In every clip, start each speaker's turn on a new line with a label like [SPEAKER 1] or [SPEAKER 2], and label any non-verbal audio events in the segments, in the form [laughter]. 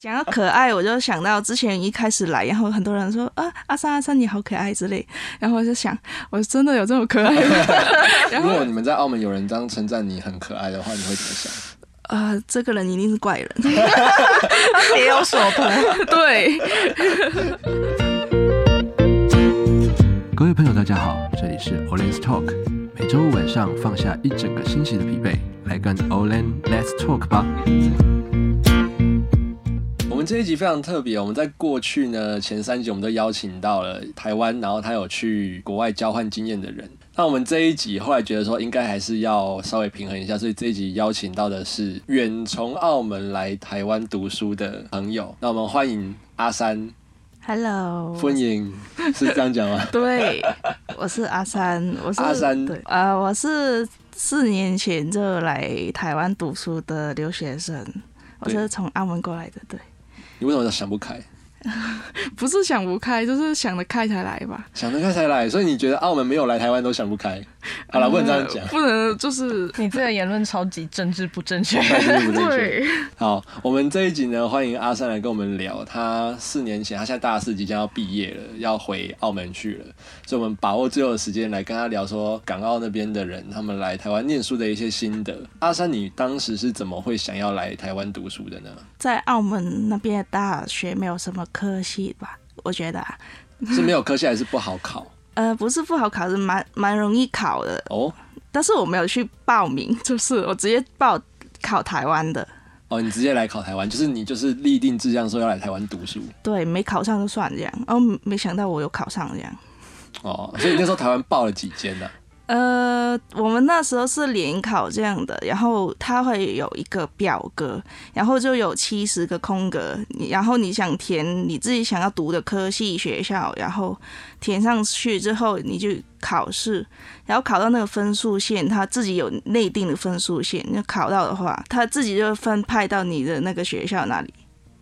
[SPEAKER 1] 讲到可爱，我就想到之前一开始来，然后很多人说啊，阿三阿三你好可爱之类，然后我就想，我真的有这么可爱吗？然
[SPEAKER 2] 如
[SPEAKER 1] 后
[SPEAKER 2] 果你们在澳门有人这样称赞你很可爱的话，你会怎么想？
[SPEAKER 1] 啊、这个人一定是怪人， [laughs]
[SPEAKER 3] 别有所图。
[SPEAKER 1] 对。
[SPEAKER 4] 各位朋友，大家好，这里是 Olen's Talk，每周五晚上放下一整个星期的疲惫，来跟 Olen Let's Talk 吧。
[SPEAKER 2] 我们这一集非常特别，我们在过去呢前三集我们都邀请到了台湾，然后他有去国外交换经验的人。那我们这一集后来觉得说应该还是要稍微平衡一下，所以这一集邀请到的是远从澳门来台湾读书的朋友。那我们欢迎阿三， [laughs]
[SPEAKER 1] Hello，
[SPEAKER 2] 欢迎是这样讲吗？
[SPEAKER 1] 对，我是阿三，我是
[SPEAKER 2] 阿三
[SPEAKER 1] 对，呃，我是四年前就来台湾读书的留学生，我
[SPEAKER 2] 对
[SPEAKER 1] 是从澳门过来的，对，
[SPEAKER 2] 你为什么想不开？
[SPEAKER 1] 不是想不开，就是想得开才来吧。
[SPEAKER 2] 想得开才来，所以你觉得澳门没有来台湾都想不开？好了，不能这样
[SPEAKER 1] 呃
[SPEAKER 2] 讲。
[SPEAKER 1] 不能就是
[SPEAKER 3] 你这个言论超级政治不正确。
[SPEAKER 2] 但是不正确
[SPEAKER 1] 对，
[SPEAKER 2] 好，我们这一集呢，欢迎阿三来跟我们聊。他四年前，他现在大四即将要毕业了，要回澳门去了，所以我们把握最后的时间来跟他聊说港澳那边的人他们来台湾念书的一些心得。阿三，你当时是怎么会想要来台湾读书的呢？
[SPEAKER 1] 在澳门那边的大学没有什么科系吧，我觉得、啊，
[SPEAKER 2] 是没有科系还是不好考？
[SPEAKER 1] 呃，不是不好考，是蛮蛮容易考的，
[SPEAKER 2] 哦
[SPEAKER 1] 但是我没有去报名，就是我直接报考台湾的，
[SPEAKER 2] 哦，你直接来考台湾，就是你就是立定志向说要来台湾读书
[SPEAKER 1] 对，没考上就算这样，哦，没想到我有考上这样。
[SPEAKER 2] 哦，所以那时候台湾报了几间呢、啊
[SPEAKER 1] 呃，我们那时候是联考这样的，然后它会有一个表格，然后就有七十个空格，你然后你想填你自己想要读的科系学校，然后填上去之后你就考试，然后考到那个分数线，他自己有内定的分数线，那考到的话，他自己就分派到你的那个学校那里，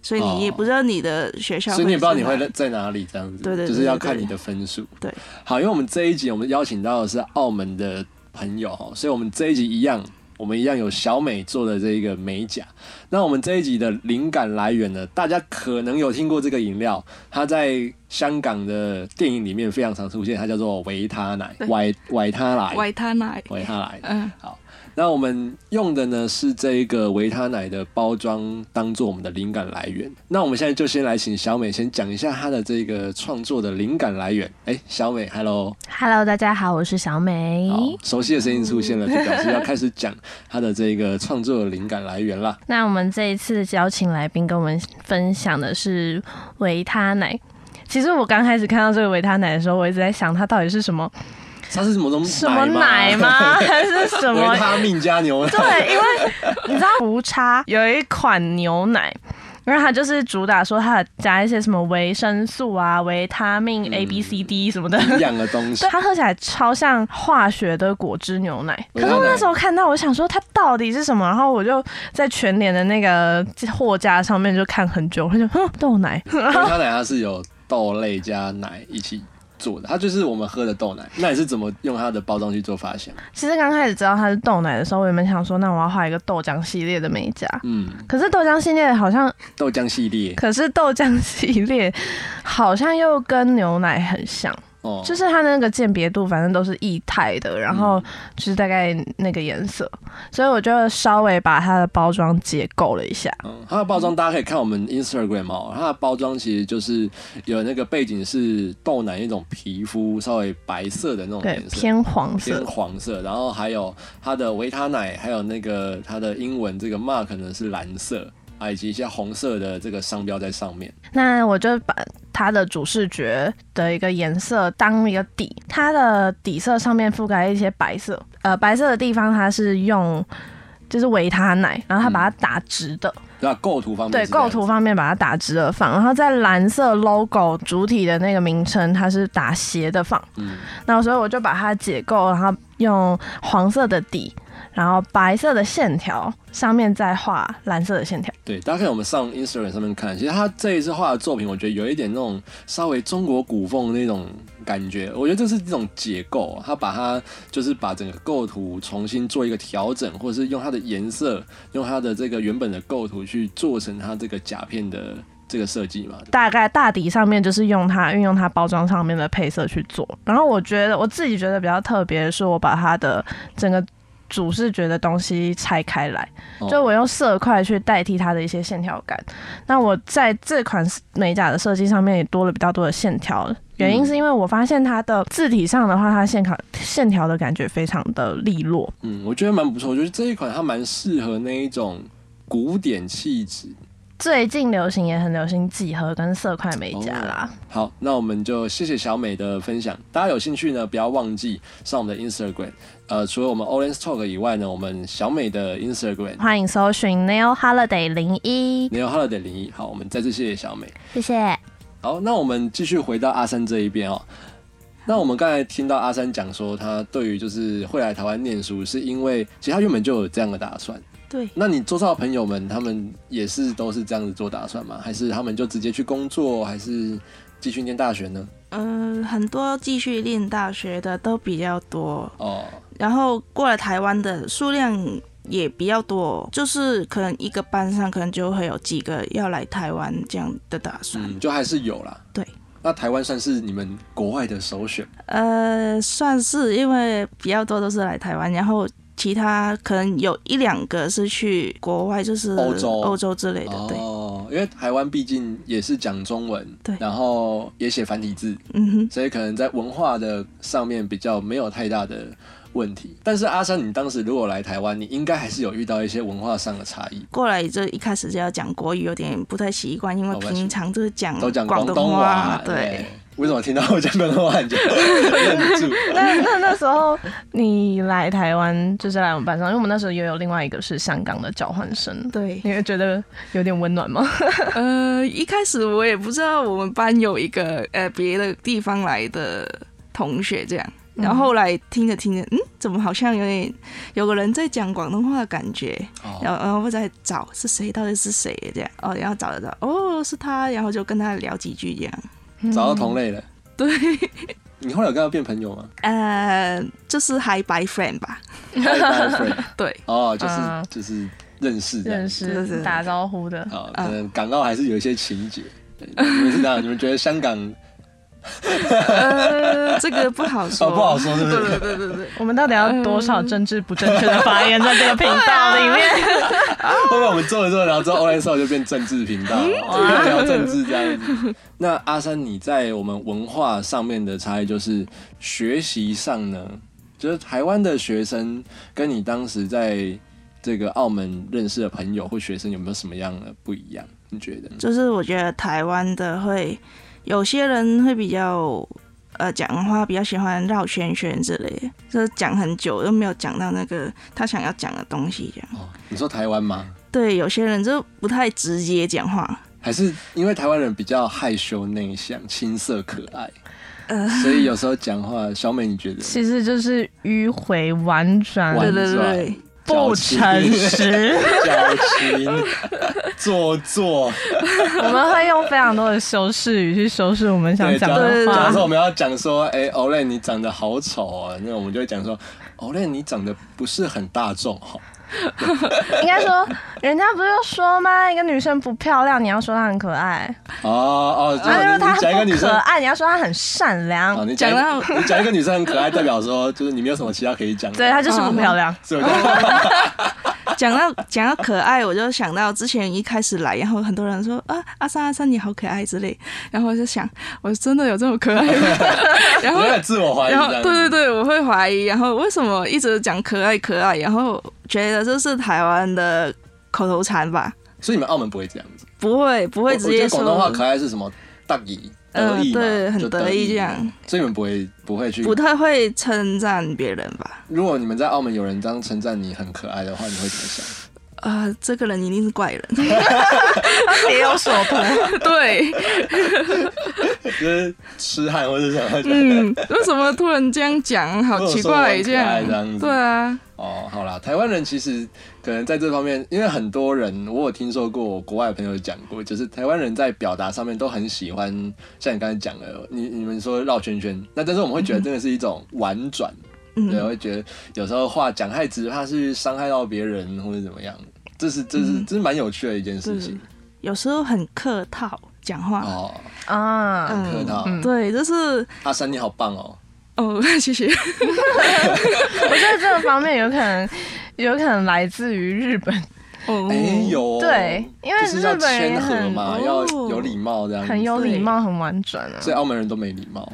[SPEAKER 1] 所以你也
[SPEAKER 2] 哦
[SPEAKER 1] 不知道你的学校，
[SPEAKER 2] 所以你也不知道你会在哪里这样子，
[SPEAKER 1] 对对对
[SPEAKER 2] 就是要看你的分数。
[SPEAKER 1] 对，
[SPEAKER 2] 好，因为我们这一集我们邀请到的是澳门的朋友哈，所以我们这一集一样，我们一样有小美做的这一个美甲。那我们这一集的灵感来源呢，大家可能有听过这个饮料，它在香港的电影里面非常常出现，它叫做维他奶，
[SPEAKER 1] 对
[SPEAKER 2] 维维他奶，
[SPEAKER 1] 外滩那里，
[SPEAKER 2] 维他奶。
[SPEAKER 1] 嗯，
[SPEAKER 2] 那我们用的呢是这一个维他奶的包装当做我们的灵感来源。那我们现在就先来请小美先讲一下她的这个创作的灵感来源。哎，小美，Hello，
[SPEAKER 3] Hello，大家好，我是小美
[SPEAKER 2] 好，熟悉的声音出现了，就表示要开始讲她的这个创作的灵感来源啦。
[SPEAKER 3] 那我们这一次邀请来宾跟我们分享的是维他奶。其实我刚开始看到这个维他奶的时候，我一直在想它到底是什么
[SPEAKER 2] 它是什么东西？
[SPEAKER 3] 什么奶
[SPEAKER 2] [laughs]
[SPEAKER 3] 吗？？还是什么
[SPEAKER 2] 维他命加牛奶。
[SPEAKER 3] 对，因为你知道胡叉有一款牛奶。然后它就是主打说它有加一些什么维生素啊、维他命 A、B、C、D 什么的，
[SPEAKER 2] 营养的东西
[SPEAKER 3] [laughs] 对，，它喝起来超像化学的果汁牛奶。
[SPEAKER 2] 维他
[SPEAKER 3] 可是
[SPEAKER 2] 奶
[SPEAKER 3] 我那时候看到，我想说它到底是什么，然后我就在全联的那个货架上面就看很久，我就哼豆奶，
[SPEAKER 2] 维他奶它是有豆类加奶一起做的，它就是我们喝的豆奶。那你是怎么用它的包装去做发想？
[SPEAKER 3] 其实刚开始知道它是豆奶的时候，我原本想说，那我要画一个豆浆系列的美甲。
[SPEAKER 2] 嗯，
[SPEAKER 3] 可是豆浆系列好像，
[SPEAKER 2] 豆浆系列
[SPEAKER 3] 可是豆浆系列好像又跟牛奶很像，
[SPEAKER 2] 哦，
[SPEAKER 3] 就是它那个鉴别度，反正都是液态的，然后就是大概那个颜色，所以我就稍微把它的包装解构了一下。
[SPEAKER 2] 嗯，它的包装大家可以看我们 Instagram 哦，它的包装其实就是有那个背景是豆奶那种皮肤稍微白色的那种
[SPEAKER 3] 对，
[SPEAKER 2] 哦颜色。
[SPEAKER 3] 偏黄
[SPEAKER 2] 偏
[SPEAKER 3] 色。
[SPEAKER 2] 黄色，然后还有它的维他奶，还有那个它的英文这个 mark 呢是蓝色啊，以及一些红色的这个商标在上面。
[SPEAKER 3] 那我就把它的主视觉的一个颜色当一个底，它的底色上面覆盖一些白色，呃，白色的地方它是用。就是维他奶，然后它把它打直的，
[SPEAKER 2] 对吧？构图方面
[SPEAKER 3] 对
[SPEAKER 2] 是这样
[SPEAKER 3] 构
[SPEAKER 2] 子
[SPEAKER 3] 图方面把它打直的放，然后在蓝色 logo 主体的那个名称它是打斜的放，
[SPEAKER 2] 嗯
[SPEAKER 3] 那所以我就把它解构，然后用黄色的底，然后白色的线条上面再画蓝色的线条。
[SPEAKER 2] 对，大家可以我们上 Instagram 上面看，其实他这一次画的作品，我觉得有一点那种稍微中国古风那种感觉。我觉得这是一种解构，他把它就是把整个构图重新做一个调整，或者是用它的颜色，用它的这个原本的构图去做成它这个甲片的这个设计嘛。
[SPEAKER 3] 大概大底上面就是用它运用它包装上面的配色去做。然后我觉得我自己觉得比较特别的是，我把它的整个主视觉的东西拆开来，
[SPEAKER 2] 哦
[SPEAKER 3] 就我用色块去代替它的一些线条感。那我在这款美甲的设计上面也多了比较多的线条，原因是因为我发现它的字体上的话，它线条线条的感觉非常的利落。
[SPEAKER 2] 嗯，我觉得蛮不错，我觉得这一款它蛮适合那一种古典气质。
[SPEAKER 3] 最近流行也很流行几何跟色块美甲啦。
[SPEAKER 2] 好，那我们就谢谢小美的分享。大家有兴趣呢，不要忘记上我们的 Instagram。呃，除了我们 Orange Talk 以外呢，我们小美的 Instagram
[SPEAKER 3] 欢迎搜寻 Nail Holiday 零一，
[SPEAKER 2] Neil Holiday 零一。好，我们再次谢谢小美。
[SPEAKER 3] 谢谢。
[SPEAKER 2] 好，那我们继续回到阿三这一边哦。那我们刚才听到阿三讲说，他对于就是会来台湾念书，是因为其实他原本就有这样的打算。
[SPEAKER 1] 对，
[SPEAKER 2] 那你周遭的朋友们，他们也是都是这样子做打算吗？还是他们就直接去工作，还是继续念大学呢？
[SPEAKER 1] 呃，很多继续念大学的都比较多，
[SPEAKER 2] 哦，
[SPEAKER 1] 然后过来台湾的数量也比较多，就是可能一个班上可能就会有几个要来台湾这样的打算。
[SPEAKER 2] 嗯，就还是有啦。
[SPEAKER 1] 对，
[SPEAKER 2] 那台湾算是你们国外的首选。
[SPEAKER 1] 呃，算是，因为比较多都是来台湾，然后其他可能有一两个是去国外，就是
[SPEAKER 2] 欧洲
[SPEAKER 1] 欧洲之类的，对，
[SPEAKER 2] 哦，因为台湾毕竟也是讲中文，
[SPEAKER 1] 对
[SPEAKER 2] 然后也写繁体字，
[SPEAKER 1] 嗯哼，
[SPEAKER 2] 所以可能在文化的上面比较没有太大的问题。但是阿三，你当时如果来台湾，你应该还是有遇到一些文化上的差异。
[SPEAKER 1] 过来就一开始就要讲国语，有点不太习惯，因为
[SPEAKER 2] 哦不太习
[SPEAKER 1] 平常都是讲
[SPEAKER 2] 都讲
[SPEAKER 1] 嗯广
[SPEAKER 2] 广东
[SPEAKER 1] 话，
[SPEAKER 2] 对
[SPEAKER 1] 对。。
[SPEAKER 2] 为什么听到我讲广东话你就愣
[SPEAKER 1] [laughs]
[SPEAKER 2] 住？
[SPEAKER 3] 那那那时候你来台湾就是来我们班上，因为我们那时候也有另外一个是香港的交换生，
[SPEAKER 1] 对，
[SPEAKER 3] 你会觉得有点温暖吗？
[SPEAKER 1] 呃，一开始我也不知道我们班有一个呃别的地方来的同学这样，然后后来听着听着，嗯，怎么好像有点有个人在讲广东话的感觉，然
[SPEAKER 2] 哦，
[SPEAKER 1] 后然后我在找是谁，到底是谁这样哦，然后找了找，哦是他，然后就跟他聊几句这样。
[SPEAKER 2] 找到同类了。
[SPEAKER 1] 对，
[SPEAKER 2] 你后来有跟他变朋友吗
[SPEAKER 1] [laughs] 呃，就是 Hi Bye Friend 吧，
[SPEAKER 2] Hi, bye, friend
[SPEAKER 1] 对，
[SPEAKER 2] 哦，就是、
[SPEAKER 3] 嗯
[SPEAKER 2] 就是认识这样
[SPEAKER 3] 认
[SPEAKER 1] 对对
[SPEAKER 3] 识
[SPEAKER 1] 对
[SPEAKER 3] 打招呼的，
[SPEAKER 2] [laughs] 啊，可能港澳还是有一些情节。对你们是这样，你们觉得香港
[SPEAKER 1] 呃，这个不好说，
[SPEAKER 2] 哦不好说，是不
[SPEAKER 1] 对
[SPEAKER 2] 是？
[SPEAKER 1] 对对对对，
[SPEAKER 3] 我们到底要多少政治不正确的发言在这个频道里面？
[SPEAKER 2] [laughs] 后面我们做了做了，然后之后 o l e n s 就变政治频道，就聊政治这样子。 [laughs] 那阿三，你在我们文化上面的差异就是学习上呢，就是台湾的学生跟你当时在这个澳门认识的朋友或学生有没有什么样的不一样？你觉得？
[SPEAKER 1] 就是我觉得台湾的会有些人会比较呃讲话比较喜欢绕圈圈之类的，就是讲很久都没有讲到那个他想要讲的东西这样。
[SPEAKER 2] 哦，你说台湾吗？
[SPEAKER 1] 对，有些人就不太直接讲话，
[SPEAKER 2] 还是因为台湾人比较害羞内向、青涩可爱，所以有时候讲话，小美你觉得
[SPEAKER 3] [laughs] 其实就是迂回婉转，
[SPEAKER 2] 婉
[SPEAKER 1] 对对
[SPEAKER 2] 转
[SPEAKER 1] 对
[SPEAKER 3] 不诚实。
[SPEAKER 2] [laughs] 矫情、做作，
[SPEAKER 3] 我们会用非常多的修饰语去修饰我们想
[SPEAKER 2] 对，假
[SPEAKER 3] 讲
[SPEAKER 2] 如
[SPEAKER 1] 对
[SPEAKER 3] 的
[SPEAKER 1] 对
[SPEAKER 2] 假如说
[SPEAKER 3] 话。
[SPEAKER 2] 我们要讲说，哎、o l e n 你长得好丑啊，那我们就会讲说，Olen 你长得不是很大众哈、
[SPEAKER 3] 应该说，人家不是就说吗？一个女生不漂亮，你要说她很可爱；
[SPEAKER 2] 哦哦，
[SPEAKER 3] 啊，如果
[SPEAKER 2] 如果
[SPEAKER 3] 她
[SPEAKER 2] 你讲一个
[SPEAKER 3] 不
[SPEAKER 2] 女
[SPEAKER 3] 可
[SPEAKER 2] 生。
[SPEAKER 3] 爱，你要说她很善
[SPEAKER 2] 啊，
[SPEAKER 3] 良。
[SPEAKER 2] 你讲一
[SPEAKER 1] 讲
[SPEAKER 2] 个你讲一个女生很可爱，代表说就是你没有什么其他可以讲的，
[SPEAKER 3] 对，她就是不漂亮。
[SPEAKER 2] 是不是？
[SPEAKER 1] 讲到讲到可爱，我就想到之前一开始来，然后很多人说啊阿三阿三你好可爱之类，然后我就想我真的有这么可爱吗？ [laughs] 然
[SPEAKER 2] 我
[SPEAKER 1] 后
[SPEAKER 2] 有点自我怀疑
[SPEAKER 1] 然后
[SPEAKER 2] 这样子。
[SPEAKER 1] 对对对，我会怀疑，然后为什么一直讲可爱可爱，然后觉得这是台湾的口头禅吧？
[SPEAKER 2] 所以你们澳门不会这样子，
[SPEAKER 1] 不会不会
[SPEAKER 2] 我
[SPEAKER 1] 直接
[SPEAKER 2] 我觉得
[SPEAKER 1] 说
[SPEAKER 2] 广东话可爱是什么？得意，
[SPEAKER 1] 嗯
[SPEAKER 2] 得意嘛，
[SPEAKER 1] 对很
[SPEAKER 2] 就
[SPEAKER 1] 得意这样。
[SPEAKER 2] 所以你们不会不会去
[SPEAKER 1] 不太会称赞别人吧？ [laughs]
[SPEAKER 2] 如果你们在澳门有人这样称赞你很可爱的话，你会怎么想？
[SPEAKER 1] 啊、这个人一定是怪
[SPEAKER 2] [laughs]
[SPEAKER 1] 人。
[SPEAKER 3] 别有所图。
[SPEAKER 1] 对，
[SPEAKER 2] 就是痴汉或者什么。
[SPEAKER 1] 嗯，为什么突然这样讲？好奇怪，
[SPEAKER 2] 为什
[SPEAKER 1] 这
[SPEAKER 2] 么我很可爱 [laughs]
[SPEAKER 1] 样
[SPEAKER 2] 这样子
[SPEAKER 1] 对啊，
[SPEAKER 2] 哦，好啦，台湾人其实可能在这方面，因为很多人我有听说过，我国外的朋友讲过，就是台湾人在表达上面都很喜欢，像你刚才讲的，你你们说绕圈圈，那但是我们会觉得真的是一种婉转，对，
[SPEAKER 1] 嗯，
[SPEAKER 2] 会觉得有时候话讲太直，怕是伤害到别人或者怎么样，这是这是
[SPEAKER 1] 嗯
[SPEAKER 2] 这是蛮有趣的一件事情
[SPEAKER 1] 有时候很客套讲话，
[SPEAKER 2] 哦，
[SPEAKER 3] 啊，
[SPEAKER 2] 客
[SPEAKER 1] 嗯，
[SPEAKER 2] 套。
[SPEAKER 3] 嗯
[SPEAKER 1] 对，就是
[SPEAKER 2] 阿三你好棒哦，
[SPEAKER 1] 哦， [laughs] 谢谢。
[SPEAKER 3] 我觉得这个方面有可能， [laughs] 有可能来自于日本，
[SPEAKER 1] 哦，
[SPEAKER 2] 哎有哦，
[SPEAKER 3] 对因为
[SPEAKER 2] 就是要
[SPEAKER 3] 日本人
[SPEAKER 2] 谦和嘛，
[SPEAKER 1] 很
[SPEAKER 2] 要
[SPEAKER 1] 哦
[SPEAKER 2] 有礼貌这样子，
[SPEAKER 3] 很有礼貌，很婉转啊。
[SPEAKER 2] 所以澳门人都没礼貌。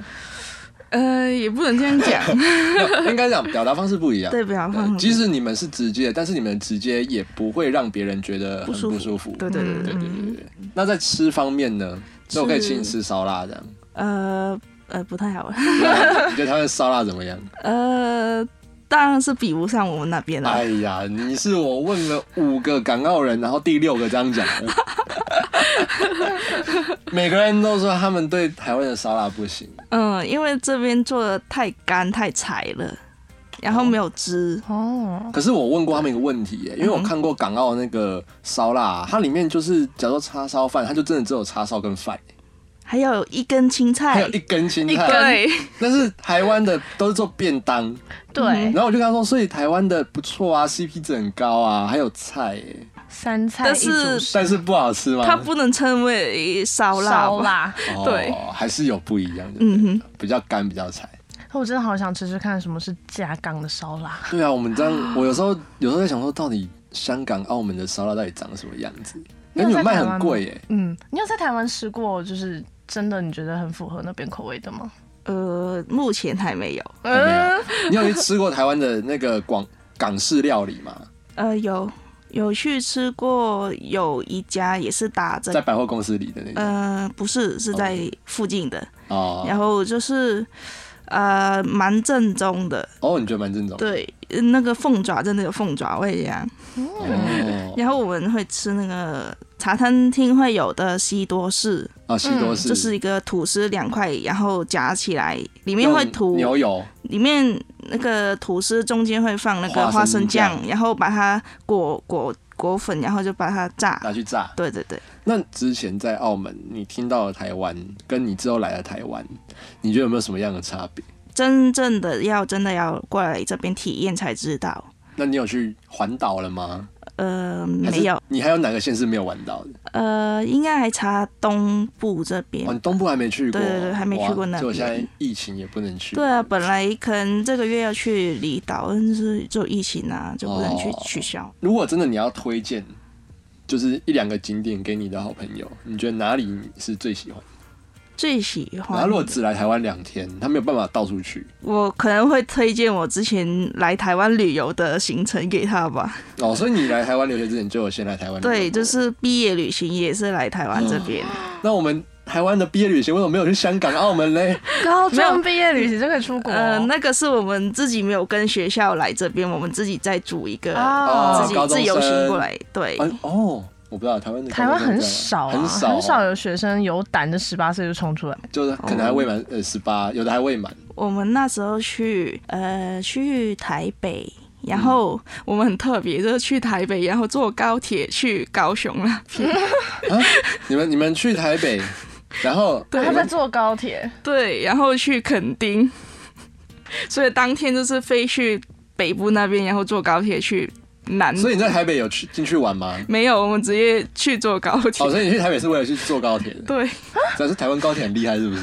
[SPEAKER 1] 呃，也不能这样讲，
[SPEAKER 2] [laughs] 应该讲表达方式不一样。
[SPEAKER 1] 对，不嗯要
[SPEAKER 2] 对，
[SPEAKER 1] 放。
[SPEAKER 2] 即使你们是直接，但是你们直接也不会让别人觉得很
[SPEAKER 1] 不
[SPEAKER 2] 不
[SPEAKER 1] 舒服
[SPEAKER 2] 舒服。
[SPEAKER 1] 对对对
[SPEAKER 2] 对
[SPEAKER 1] 对，
[SPEAKER 2] 对对对那在吃方面呢？
[SPEAKER 1] 吃
[SPEAKER 2] 那我可以请你吃烧腊这样。
[SPEAKER 1] 呃呃，不太好。
[SPEAKER 2] 对啊你觉得他们烧腊怎么样？
[SPEAKER 1] 呃，当然是比不上我们那边
[SPEAKER 2] [laughs] 哎
[SPEAKER 1] 了。
[SPEAKER 2] 呀，你是我问了五个港澳人，然后第六个这样讲 [laughs] 的。每个人都说他们对台湾的烧腊不行，
[SPEAKER 1] 嗯，因为这边做的太干太柴了，然后没有汁。
[SPEAKER 3] 哦，
[SPEAKER 2] 可是我问过他们一个问题
[SPEAKER 1] 嗯
[SPEAKER 2] 耶，因为我看过港澳那个烧腊啊，它里面就是假如说叉烧饭，它就真的只有叉烧跟饭，
[SPEAKER 1] 还有一根青
[SPEAKER 2] 还
[SPEAKER 1] 菜
[SPEAKER 2] 有，一根青菜，
[SPEAKER 1] 哎对，哎
[SPEAKER 2] 但是台湾的都是做便当，
[SPEAKER 3] 对
[SPEAKER 2] 然，后我就跟他说，所以台湾的不错啊，CP 值很高啊，还有菜耶、
[SPEAKER 3] 三菜一
[SPEAKER 1] 但是
[SPEAKER 3] 主食
[SPEAKER 2] 但是不好吃吗？
[SPEAKER 1] 它不能称为烧腊
[SPEAKER 3] 烧
[SPEAKER 1] 吧？
[SPEAKER 3] 腊。
[SPEAKER 2] 哦
[SPEAKER 1] 对
[SPEAKER 2] 还是有不一样的，
[SPEAKER 1] 嗯哼，
[SPEAKER 2] 比较干，比较柴。
[SPEAKER 3] [laughs] 我真的好想吃吃看什么是加港的烧腊。
[SPEAKER 2] 对啊，我们这样，我有时候有时候在想说，到底香港、澳门的烧腊到底长什么样子？
[SPEAKER 3] 你
[SPEAKER 2] 因为
[SPEAKER 3] 有
[SPEAKER 2] 你
[SPEAKER 3] 在
[SPEAKER 2] 们卖
[SPEAKER 3] 台湾
[SPEAKER 2] 很
[SPEAKER 3] 吗
[SPEAKER 2] 贵耶、
[SPEAKER 3] 嗯，你有在台湾吃过就是真的你觉得很符合那边口味的吗？
[SPEAKER 1] 呃，目前还没有。
[SPEAKER 2] 还没有，你有去吃过台湾的那个广港式料理吗？
[SPEAKER 1] 呃，有有去吃过，有一家也是打这
[SPEAKER 2] 在百货公司里的那种
[SPEAKER 1] 呃，不是，是在附近的，然
[SPEAKER 2] 哦
[SPEAKER 1] 后就是呃，蛮正宗的，
[SPEAKER 2] 哦，你觉得蛮正宗的？
[SPEAKER 1] 对，呃那个凤爪真的有凤爪味呀、
[SPEAKER 2] 哦，
[SPEAKER 1] 然后我们会吃那个茶餐厅会有的西多士，
[SPEAKER 2] 啊，西多士
[SPEAKER 1] 这嗯是一个吐司两块，然后夹起来，里面
[SPEAKER 2] 用
[SPEAKER 1] 会涂
[SPEAKER 2] 牛油，
[SPEAKER 1] 里面那个吐司中间会放那个
[SPEAKER 2] 花
[SPEAKER 1] 花
[SPEAKER 2] 生
[SPEAKER 1] 生
[SPEAKER 2] 酱
[SPEAKER 1] 酱，然后把它裹裹裹粉，然后就把它炸。
[SPEAKER 2] 拿去炸。
[SPEAKER 1] 对对对，
[SPEAKER 2] 那之前在澳门，你听到了台湾，跟你之后来了台湾，你觉得有没有什么样的差别？
[SPEAKER 1] 真正的要真的要过来这边体验才知道。
[SPEAKER 2] 那你有去环岛了吗？
[SPEAKER 1] 呃，
[SPEAKER 2] 还是
[SPEAKER 1] 没有，
[SPEAKER 2] 你还有哪个县是没有玩到的？
[SPEAKER 1] 呃，应该还差东部这边
[SPEAKER 2] 哦，。你东部还没去过，
[SPEAKER 1] 对对对还没去过那边
[SPEAKER 2] 哇所以我现在疫情也不能去。
[SPEAKER 1] 对啊，本来可能这个月要去离岛，但是就疫情啊，就不能去
[SPEAKER 2] 哦
[SPEAKER 1] 取消。
[SPEAKER 2] 如果真的你要推荐，就是一两个景点给你的好朋友，你觉得哪里是最喜欢？
[SPEAKER 1] 最喜欢
[SPEAKER 2] 他如果只来台湾两天，他没有办法到处去。
[SPEAKER 1] 我可能会推荐我之前来台湾旅游的行程给他吧。
[SPEAKER 2] 哦，所以你来台湾留学之前就有先来台湾旅游过。
[SPEAKER 1] 对，就是毕业旅行也是来台湾这边。
[SPEAKER 2] 那我们台湾的毕业旅行为什么没有去香港、澳
[SPEAKER 1] [laughs]
[SPEAKER 2] 门嘞？
[SPEAKER 3] 高
[SPEAKER 1] 没有
[SPEAKER 3] 中毕业旅行就可以出国？
[SPEAKER 1] 呃，那个是我们自己没有跟学校来这边，我们自己再组一个，
[SPEAKER 3] 哦
[SPEAKER 1] 自己
[SPEAKER 2] 啊高中
[SPEAKER 1] 自由行
[SPEAKER 2] 生
[SPEAKER 1] 过来。对，
[SPEAKER 2] 哎哦，我不知道台湾的
[SPEAKER 3] 台湾
[SPEAKER 2] 高中
[SPEAKER 3] 很
[SPEAKER 2] 生
[SPEAKER 3] 少啊，
[SPEAKER 2] 这样很少，哦
[SPEAKER 3] 有学生有胆的十八岁就冲出来。
[SPEAKER 2] 就是可能还未满呃十八，有的还未满。
[SPEAKER 1] 我们那时候去呃去台北，然后我们很特别，就是去台北，然后坐高铁去高雄
[SPEAKER 3] [laughs]
[SPEAKER 1] 了。
[SPEAKER 2] 你们你们去台
[SPEAKER 1] [laughs]
[SPEAKER 2] 北，然后
[SPEAKER 3] 对，
[SPEAKER 2] 你
[SPEAKER 3] 啊他在
[SPEAKER 2] 们
[SPEAKER 3] 坐高铁，
[SPEAKER 1] 对，然后去垦丁， [laughs] 所以当天就是飞去北部那边，然后坐高铁去南。
[SPEAKER 2] 所以你在台北有去进去玩吗？
[SPEAKER 1] 没有，我们直接去坐高铁。
[SPEAKER 2] 哦，所以你去台北是为了去坐高铁的， [laughs]
[SPEAKER 1] 对，
[SPEAKER 2] 但是台湾高铁很厉害，是不是？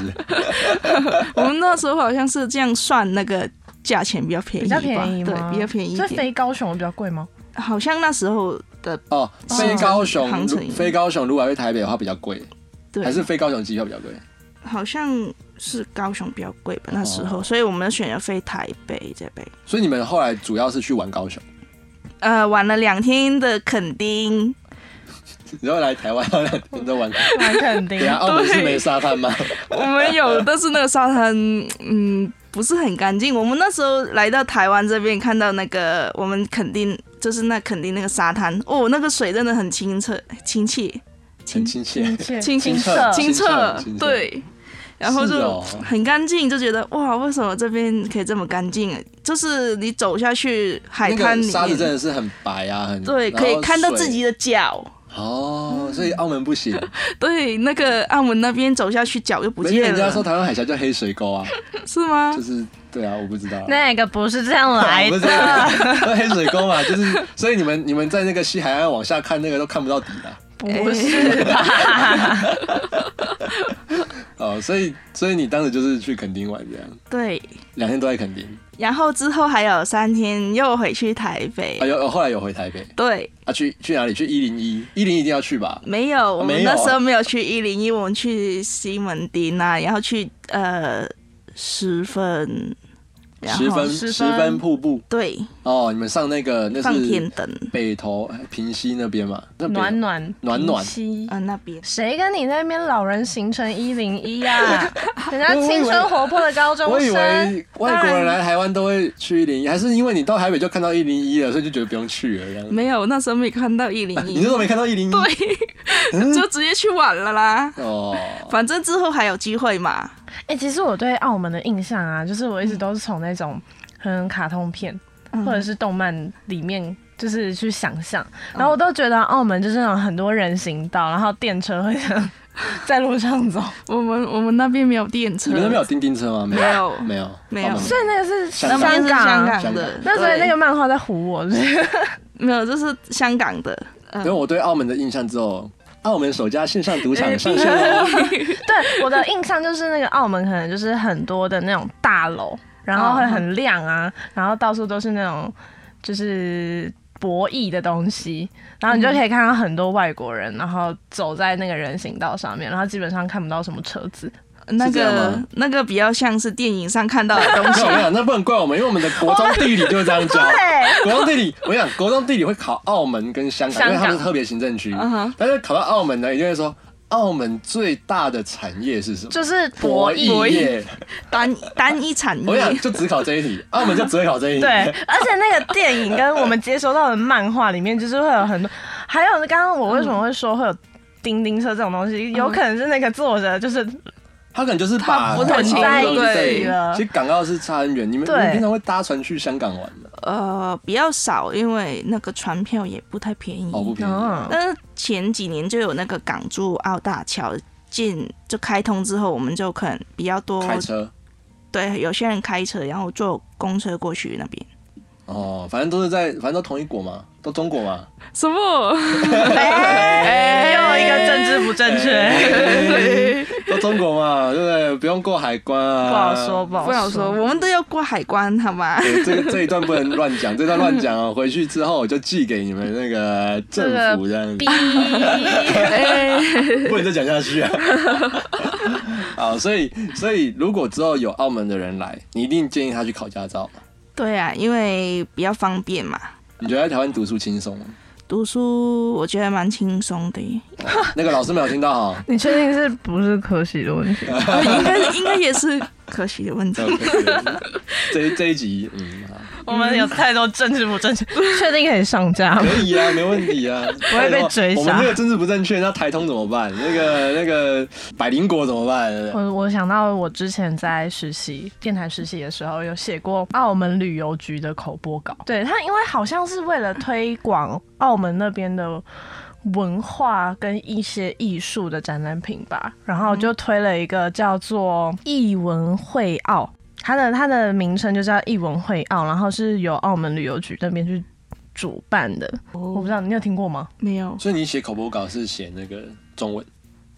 [SPEAKER 1] 我们那时候好像是这样算那个价钱比较便
[SPEAKER 3] 比
[SPEAKER 1] 宜吧，
[SPEAKER 3] 较便宜吗？
[SPEAKER 1] 对，比较便宜一
[SPEAKER 3] 所以
[SPEAKER 1] 点。
[SPEAKER 3] 飞高雄比较贵
[SPEAKER 1] [laughs]
[SPEAKER 3] 吗？
[SPEAKER 1] 好像那时候的
[SPEAKER 2] 哦，飞
[SPEAKER 1] 啊
[SPEAKER 2] 高雄，
[SPEAKER 1] 航程
[SPEAKER 2] 如飞高雄如果要去台北的话比较贵，
[SPEAKER 1] 对
[SPEAKER 2] 还是飞高雄机票比较贵？
[SPEAKER 1] 好像是高雄比较贵吧，那时候，
[SPEAKER 2] 哦
[SPEAKER 1] 所以我们选择飞台北这边。
[SPEAKER 2] 所以你们后来主要是去玩高雄， [laughs]
[SPEAKER 1] 呃，玩了两天的垦
[SPEAKER 2] [laughs]
[SPEAKER 1] 丁，
[SPEAKER 2] 然后来台湾然后两天都玩。
[SPEAKER 3] 那肯定
[SPEAKER 2] 等一。下澳门是
[SPEAKER 1] 对
[SPEAKER 2] 没沙
[SPEAKER 1] [laughs]
[SPEAKER 2] 滩吗？
[SPEAKER 1] 我们有，但是那个沙滩，嗯，不是很干净。我们那时候来到台湾这边，看到那个我们垦丁就是那肯定那个沙滩哦，那个水真的很清澈、亲切、
[SPEAKER 2] 很亲切，
[SPEAKER 1] 清
[SPEAKER 3] 清
[SPEAKER 1] 清
[SPEAKER 2] 澈
[SPEAKER 1] 澈
[SPEAKER 2] 清澈清，澈
[SPEAKER 1] 对。然后
[SPEAKER 2] 是
[SPEAKER 1] 就
[SPEAKER 2] 哦
[SPEAKER 1] 很干净，就觉得哇，为什么这边可以这么干净？就是你走下去海
[SPEAKER 2] 那
[SPEAKER 1] 滩
[SPEAKER 2] 个
[SPEAKER 1] 里
[SPEAKER 2] 沙子真
[SPEAKER 1] 面，
[SPEAKER 2] 的是很白啊，很
[SPEAKER 1] 嗯对，可以看到自。己
[SPEAKER 2] 然
[SPEAKER 1] 的脚。
[SPEAKER 2] 后水哦，所以澳门不行，
[SPEAKER 1] 对，那个澳门那边走下去脚又不
[SPEAKER 2] 没有
[SPEAKER 1] 见
[SPEAKER 2] 人家
[SPEAKER 1] 了，
[SPEAKER 2] 说台湾海峡叫黑水沟啊，
[SPEAKER 1] 是吗
[SPEAKER 2] 就？是对啊，我不知道啊。
[SPEAKER 3] 那个不是这样来
[SPEAKER 2] 不是
[SPEAKER 3] 的，
[SPEAKER 2] 黑水沟嘛，就是所以你们你们在那个西海岸往下看那个都 [laughs] 看不到底的、
[SPEAKER 3] 不是吧？
[SPEAKER 2] 哦，所以所以你当时就是去垦丁玩这样，
[SPEAKER 1] 对。
[SPEAKER 2] 两天都在垦丁，
[SPEAKER 1] 然后之后还有三天又回去台北哦
[SPEAKER 2] 啊，有有后来有回台北
[SPEAKER 1] 对，
[SPEAKER 2] 啊，去去哪里？去一零一，一零一定要去吧？
[SPEAKER 1] 没有，我
[SPEAKER 2] 没
[SPEAKER 1] 们
[SPEAKER 2] 有啊
[SPEAKER 1] 那时候没有去一零一，我们去西门町啊，然后去呃十分，然
[SPEAKER 2] 十
[SPEAKER 1] 后
[SPEAKER 2] 分
[SPEAKER 3] 十分
[SPEAKER 2] 十分瀑布
[SPEAKER 1] 对
[SPEAKER 2] 哦，你们上那个那
[SPEAKER 1] 放天
[SPEAKER 2] 是
[SPEAKER 1] 灯
[SPEAKER 2] 北投哎平溪那边嘛，那北投
[SPEAKER 3] 暖 [laughs] 暖
[SPEAKER 2] 暖暖
[SPEAKER 3] 平息
[SPEAKER 1] 啊、那边
[SPEAKER 3] 谁跟你那边老人行程一零一啊？人家青春活泼的高中
[SPEAKER 2] 我以
[SPEAKER 3] 生
[SPEAKER 2] 为，外国人来台湾都会去一零一，还是因为你到台北就看到一零一了，所以就觉得不用去了这样。
[SPEAKER 1] 没有，那时候没看到一零
[SPEAKER 2] 啊你
[SPEAKER 1] 一
[SPEAKER 2] 那时，候没看到一零一？嗯
[SPEAKER 1] 对，就直接去玩了啦。
[SPEAKER 2] 哦，
[SPEAKER 1] 反正之后还有机会嘛，
[SPEAKER 3] 哎、其实我对澳门的印象啊，就是我一直都是从那种很卡通片、
[SPEAKER 1] 嗯
[SPEAKER 3] 或者是动漫里面。就是去想象，然后我都觉得澳门就是那种很多人行道，然后电车会这样 [laughs] 在路上走，
[SPEAKER 1] 我们我们那边没有电车，
[SPEAKER 2] 你们那边有叮叮车吗？没
[SPEAKER 1] 没有
[SPEAKER 2] 没有，
[SPEAKER 1] 没有
[SPEAKER 2] 澳门
[SPEAKER 3] 所以那个是
[SPEAKER 1] 那
[SPEAKER 2] 香港
[SPEAKER 1] 边是香
[SPEAKER 3] 港。
[SPEAKER 1] 港的，
[SPEAKER 3] 那所以
[SPEAKER 1] 对
[SPEAKER 3] 那个漫画在唬我，是不是
[SPEAKER 1] 没有，就是香港的，
[SPEAKER 2] 因为我对澳门的印象只有澳门首家线上赌场上
[SPEAKER 1] [laughs]
[SPEAKER 2] 线了，
[SPEAKER 3] 对我的印象就是那个澳门可能就是很多的那种大楼，然后会很亮啊，然后到处都是那种就是博弈的东西，然后你就可以看到很多外国人，然后走在那个人行道上面，然后基本上看不到什么车子。
[SPEAKER 1] 那
[SPEAKER 2] 是这样
[SPEAKER 1] 个
[SPEAKER 2] 吗
[SPEAKER 1] 那个比较像是电影上看
[SPEAKER 2] [laughs]
[SPEAKER 1] 到的东
[SPEAKER 2] 没
[SPEAKER 1] 西
[SPEAKER 2] 有，我想那不能怪我们，因为我们的国中地理就是这样教。
[SPEAKER 3] 对，
[SPEAKER 2] 国中地理，我想国中地理会考澳门跟香港，
[SPEAKER 3] 香
[SPEAKER 2] 因
[SPEAKER 3] 港
[SPEAKER 2] 为他们是特别行政区
[SPEAKER 1] 嗯哼。
[SPEAKER 2] 但是考到澳门呢，一定会说澳门最大的产业是什么？
[SPEAKER 3] 就是
[SPEAKER 2] 博
[SPEAKER 3] 博
[SPEAKER 2] 弈
[SPEAKER 3] 弈。
[SPEAKER 2] 业。
[SPEAKER 1] 单单一产
[SPEAKER 2] 我想
[SPEAKER 1] 业。
[SPEAKER 2] 就只考这一题，澳门就只会考这一题。
[SPEAKER 3] 对，而且那个电影跟我们接收到的漫画里面，就是会有很多，还有刚刚我为什么会说会有叮叮车这种东西，有可能是那个作者就是
[SPEAKER 2] 他可能就是
[SPEAKER 1] 他
[SPEAKER 2] 把
[SPEAKER 1] 不
[SPEAKER 3] 很在意
[SPEAKER 2] 对
[SPEAKER 3] 这个
[SPEAKER 2] 其实港澳是差很远。你们你
[SPEAKER 3] 对
[SPEAKER 2] 们平常会搭船去香港玩吗？
[SPEAKER 1] 呃，比较少，因为那个船票也不太便宜。
[SPEAKER 2] 哦，不便宜。
[SPEAKER 3] 嗯，
[SPEAKER 1] 但是前几年就有那个港珠澳大桥建就开通之后，我们就可能比较多
[SPEAKER 2] 开车
[SPEAKER 1] 对有些人开车，然后坐公车过去那边。
[SPEAKER 2] 哦，反正都是在，反正都同一国嘛，都中国嘛。
[SPEAKER 1] 什么？
[SPEAKER 3] 嗯哎又一个政治不正确，
[SPEAKER 2] [laughs] 到中国嘛，对不对？不用过海关啊。
[SPEAKER 3] 不好说，不
[SPEAKER 1] [laughs] 不好
[SPEAKER 3] 好
[SPEAKER 1] 说，
[SPEAKER 3] 说。
[SPEAKER 1] 我们都要过海关，好吗？ [laughs]
[SPEAKER 2] 对。这个这一段不能乱
[SPEAKER 3] [laughs]
[SPEAKER 2] 讲，这段乱讲哦，回去之后我就寄给你们那个政府这
[SPEAKER 3] [laughs]
[SPEAKER 2] 样子，不能再讲下
[SPEAKER 3] [laughs]
[SPEAKER 2] 去啊。好，所以所以如果之后有澳门的人来，你一定建议他去考驾照嘛。
[SPEAKER 1] 对啊，因为比较方便嘛。
[SPEAKER 2] 你觉得在台湾读书轻松吗？
[SPEAKER 1] 读书我觉得蛮轻松的耶，
[SPEAKER 2] 那个老师没有听到
[SPEAKER 3] [laughs]
[SPEAKER 2] 哈。
[SPEAKER 3] 你确定是不是科系的问题？
[SPEAKER 1] 应该应该也是可惜的问题
[SPEAKER 2] 这。样可以这一这一集，嗯，好
[SPEAKER 3] 我们有太多政治不正 [laughs] 确，确定可以上架吗？
[SPEAKER 2] [laughs] 可以啊，没问题
[SPEAKER 3] [laughs]
[SPEAKER 2] 啊。
[SPEAKER 3] 不会被追杀
[SPEAKER 2] 我们那个政治不正确，那台通怎么办？那个 [laughs] 那个百灵国怎么办？对不对
[SPEAKER 3] 我我想到我之前在实习电台实习的时候，有写过澳门旅游局的口播稿。对他，因为好像是为了推广澳门那边的文化跟一些艺术的展览品吧，然后就推了一个叫做“艺文会澳”，它的它的名称就叫“艺文会澳”，然后是由澳门旅游局那边去主办的。我不知道你有听过吗？
[SPEAKER 1] [laughs] 没有，
[SPEAKER 2] 所以你写口播稿是写那个中文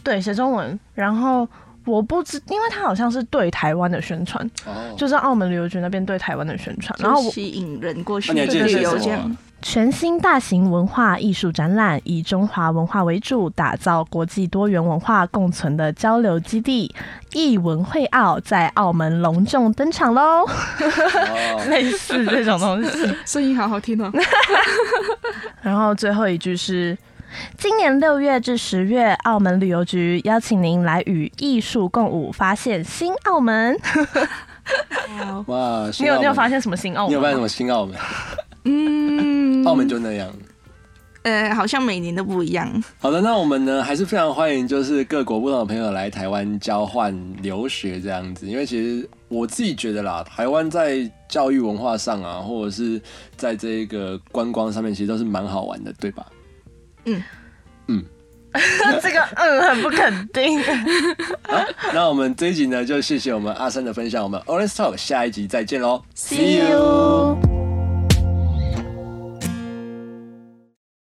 [SPEAKER 3] 对，写中文，然后。我不知，因为它好像是对台湾的宣传，
[SPEAKER 2] 哦，
[SPEAKER 3] 就是澳门旅游局那边对台湾的宣传，然
[SPEAKER 1] 然
[SPEAKER 3] 后
[SPEAKER 1] 后
[SPEAKER 3] 我
[SPEAKER 1] 吸引人过去
[SPEAKER 2] 哦那你还记得
[SPEAKER 1] 旅
[SPEAKER 2] 写
[SPEAKER 1] 游
[SPEAKER 2] 什
[SPEAKER 1] 这
[SPEAKER 2] 么
[SPEAKER 1] 样
[SPEAKER 2] 吗？
[SPEAKER 3] 全新大型文化艺术展览，以中华文化为主，打造国际多元文化共存的交流基地。艺文会澳在澳门隆重登场喽，
[SPEAKER 2] 哦
[SPEAKER 3] [laughs] 类似这种东西。
[SPEAKER 1] 声音好好听 [laughs] 哦。
[SPEAKER 3] [laughs] 然后最后一句是。今年六月至十月，澳门旅游局邀请您来与艺术共舞，发现新澳门。
[SPEAKER 2] 哇，
[SPEAKER 3] 你有你有发
[SPEAKER 2] 现？
[SPEAKER 3] [laughs] 现什么新澳
[SPEAKER 2] 你有发
[SPEAKER 3] 门
[SPEAKER 2] 现什
[SPEAKER 3] 吗？
[SPEAKER 2] 么新澳门？
[SPEAKER 1] 嗯，
[SPEAKER 2] 澳门就那样。
[SPEAKER 1] 呃，好像每年都不一样。
[SPEAKER 2] 好的，那我们呢还是非常欢迎，就是各国不同的朋友来台湾交换留学这样子，因为其实我自己觉得啦，台湾在教育文化上啊，或者是在这个观光上面，其实都是蛮好玩的，对吧？
[SPEAKER 3] [laughs] 这个嗯很不肯 [laughs] 定。
[SPEAKER 2] 好， [laughs] 那我们这一集呢，就谢谢我们阿三的分享，我们 Orange Talk 下一集再见喽
[SPEAKER 3] See you。